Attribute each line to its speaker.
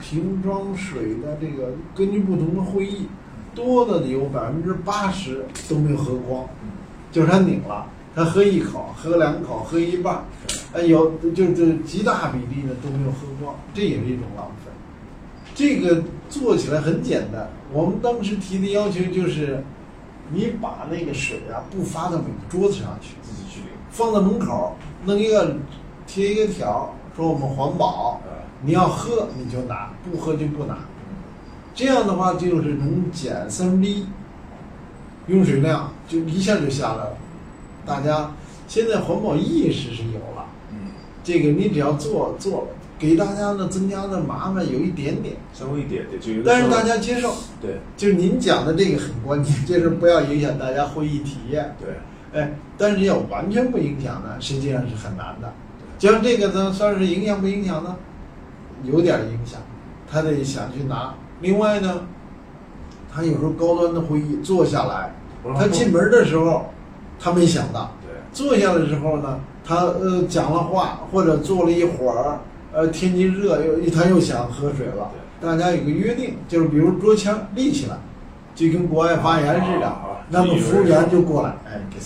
Speaker 1: 瓶装水的这个，根据不同的会议，多的有百分之八十都没有喝光，就是他拧了，他喝一口，喝两口，喝一半儿，哎，有就就极大比例呢都没有喝光，这也是一种浪费。这个做起来很简单，我们当时提的要求就是，你把那个水啊不发到每个桌子上去，
Speaker 2: 自己去领。
Speaker 1: 放在门口，弄一个贴一个条儿，说我们环保，你要喝你就拿，不喝就不拿。
Speaker 2: 嗯
Speaker 1: 这样的话就是能减三分之一用水量，就一下就下来了。大家现在环保意识是有了，
Speaker 2: 嗯，
Speaker 1: 这个你只要做做了，给大家呢增加的麻烦有一点点，
Speaker 2: 稍微一点点就有的
Speaker 1: 但
Speaker 2: 时
Speaker 1: 是
Speaker 2: 候
Speaker 1: 大家接受。
Speaker 2: 对
Speaker 1: 就是您讲的这个很关键，就是不要影响大家会议体验。
Speaker 2: 对
Speaker 1: 哎，但是要完全不影响呢，实际上是很难的。就像这个呢，算是影响不影响呢？有点影响，他得想去拿。另外呢，他有时候高端的会议坐下来，他进门的时候，他没想到；
Speaker 2: 对
Speaker 1: 坐下的时候呢，他呃讲了话或者坐了一会儿，呃天气热又他又想喝水了。大家有个约定，就是比如桌签立起来，就跟国外发言似的
Speaker 2: 啊啊啊，
Speaker 1: 那么服务员就过来，哎，给